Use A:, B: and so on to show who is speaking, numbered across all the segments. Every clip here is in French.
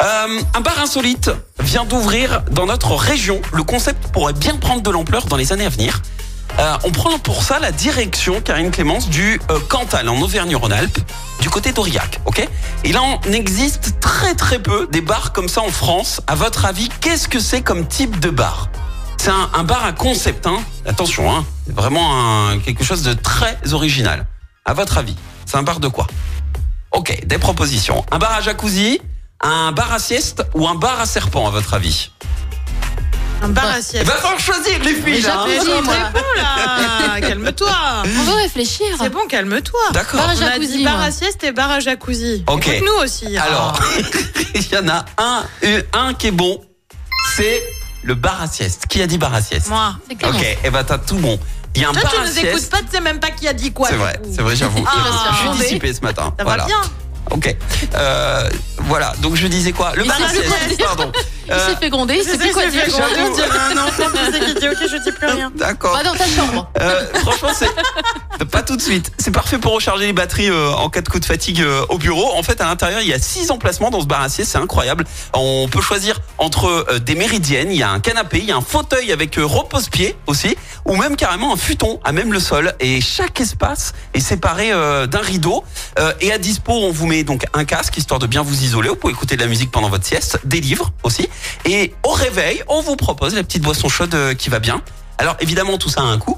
A: Euh, un bar insolite vient d'ouvrir dans notre région. Le concept pourrait bien prendre de l'ampleur dans les années à venir. Euh, on prend pour ça la direction, Karine Clémence, du euh, Cantal en Auvergne-Rhône-Alpes, du côté d'Aurillac. ok Et là, on existe très très peu des bars comme ça en France. À votre avis, qu'est-ce que c'est comme type de bar C'est un, un bar à concept, hein attention, hein c'est vraiment un- quelque chose de très original. À votre avis, c'est un bar de quoi Ok, des propositions. Un bar à jacuzzi, un bar à sieste ou un bar à serpent, à votre avis
B: Un bar à
A: Eh
B: sieste.
A: ben, faut choisir les filles, là, hein.
B: Mais
C: jacuzzi,
B: non,
C: moi.
B: c'est bon, là. Calme-toi.
C: On veut réfléchir.
B: C'est bon, calme-toi.
A: D'accord.
C: Bar à
B: On a
C: jacuzzi,
B: dit bar
C: moi.
B: à sieste et bar à jacuzzi.
A: Ok.
B: nous aussi. hein.
A: Alors,
B: Ah.
A: il y en a un, euh, un qui est bon. C'est le bar à sieste. Qui a dit bar à sieste
B: Moi.
C: C'est clair.
A: Ok, et ben t'as tout bon. Il y a un
B: Toi,
A: bar
B: tu
A: à
B: nous écoutes
A: sieste.
B: pas, tu sais même pas qui a dit quoi.
A: C'est
B: du
A: vrai,
B: coup.
A: c'est vrai, j'avoue.
B: Ah,
A: je suis
C: attendez.
A: dissipé ce matin.
B: Ça
A: voilà.
B: va bien.
A: Ok. Euh, voilà. Donc je disais quoi Le
C: Il
A: bar
C: s'est
A: à
C: fait
A: sieste.
C: gronder.
A: Pardon.
C: Il
A: Euh,
C: s'est fait gronder, il
B: C'est
C: sait plus
B: quoi
C: quoi dire.
A: J'avoue.
B: un enfant qui sait qui dit ok, je dis plus rien.
A: D'accord.
C: Va Bah, dans ta chambre.
A: Euh, franchement, c'est pas tout de suite. C'est parfait pour recharger les batteries euh, en cas de coup de fatigue euh, au bureau. En fait, à l'intérieur, il y a six emplacements dans ce bar à sieste. C'est incroyable. On peut choisir entre euh, des méridiennes. Il y a un canapé, il y a un fauteuil avec euh, repose-pied aussi, ou même carrément un futon à même le sol. Et chaque espace est séparé euh, d'un rideau. Euh, et à dispo, on vous met donc un casque histoire de bien vous isoler. Vous pouvez écouter de la musique pendant votre sieste, des livres aussi. Et au réveil, on vous propose la petite boisson chaude euh, qui va bien. Alors évidemment, tout ça a un coût.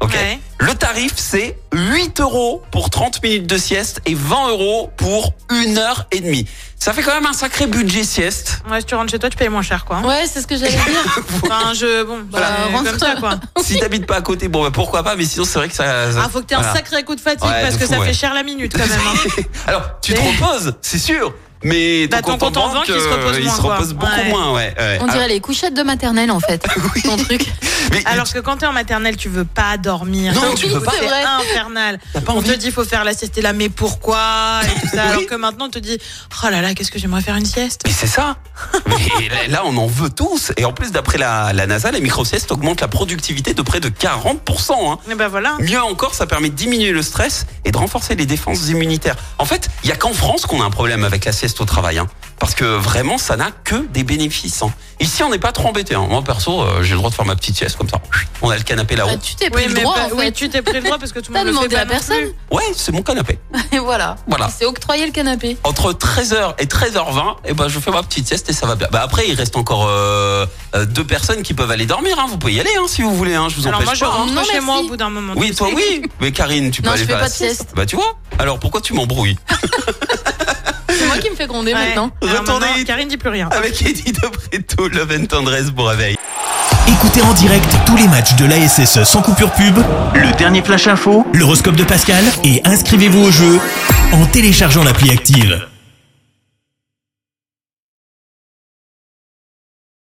A: Ok.
B: Ouais.
A: Le tarif, c'est 8 euros pour 30 minutes de sieste et 20 euros pour une heure et demie. Ça fait quand même un sacré budget sieste.
B: Ouais, si tu rentres chez toi, tu payes moins cher, quoi.
C: Ouais, c'est ce que j'allais dire.
B: Enfin, je. Bon,
C: Voilà,
B: c'est
C: rentre.
B: comme ça, quoi.
A: Si t'habites pas à côté, bon bah pourquoi pas, mais sinon c'est vrai que ça. ça-
B: Ah, faut que t'aies un
A: voilà.
B: sacré coup de fatigue
A: Ouais,
B: parce
A: de
B: que
A: fou,
B: ça
A: ouais.
B: fait cher la minute, quand même. hein.
A: Alors tu te
B: Mais-
A: reposes, c'est sûr, mais
B: Bah, ton compte en banque, il se
A: euh,
B: repose
A: il
B: moins,
A: se
B: quoi.
A: repose beaucoup
B: Ouais.
A: moins, ouais. ouais.
C: On dirait les couchettes de maternelle en fait. Ton truc.
A: Ah, mais
B: Alors que quand t'es en maternelle, tu veux pas dormir.
A: Non, tu veux pas.
C: C'est
B: C'est
C: vrai.
B: infernal.
A: t'as pas
B: On
A: envie
B: te dit, faut faire la sieste et là, mais pourquoi et tout ça.
A: Oui.
B: Alors que maintenant, on te dit, oh là là, qu'est-ce que j'aimerais faire une sieste.
A: Mais c'est ça. Mais là- là, on en veut tous. Et en plus, d'après la, la NASA, les micro-siestes augmentent la productivité de près de 40%. Hein.
B: Et ben voilà.
A: Mieux encore, ça permet de diminuer le stress et de renforcer les défenses immunitaires. En fait, il y a qu'en France qu'on a un problème avec la sieste au travail. hein. Parce que vraiment, ça n'a que des bénéfices. hein. Ici, on n'est pas trop embêté. Moi, perso, euh, j'ai le droit de faire ma petite sieste comme ça. On a le canapé là-haut.
C: Bah, tu t'es pris le droit
B: pas-
C: en
B: Ah oui,
C: fait.
B: tu t'es pris le droit parce que tout le
C: T'as
B: monde le fait
C: demandé
B: pas
C: à
B: non Ah.
C: personne.
A: Ouais, c'est mon canapé.
C: Et voilà.
A: Voilà.
C: Il s'est octroyé le canapé.
A: Entre 13h et 13h20, eh ben, je fais ma petite sieste et ça va bien. Bah, après, il reste encore euh, euh, deux personnes qui peuvent aller dormir. Hein. Vous pouvez y aller hein, si vous voulez. Hein. Je vous
B: plus. Alors
A: empêche
B: moi, je
A: pas. hein.
B: rentre
C: Non,
B: chez moi au
C: merci.
B: bout d'un moment.
A: Oui, toi, oui. Mais Karine, tu peux
C: Non,
A: aller
C: je fais
A: faire
C: pas
A: la
C: de sieste.
A: Bah, tu vois. Alors, pourquoi tu m'embrouilles
C: C'est moi qui me fais gronder
B: Ouais.
C: maintenant.
B: Alors
A: Retournez.
B: maintenant, Karine dit plus rien.
A: Avec Eddie de Preto, Love and Tendresse pour réveil.
D: Écoutez en direct tous les matchs de l'ASSE sans coupure pub,
E: Le dernier flash info
D: l'horoscope de Pascal et inscrivez-vous au jeu en téléchargeant l'appli active.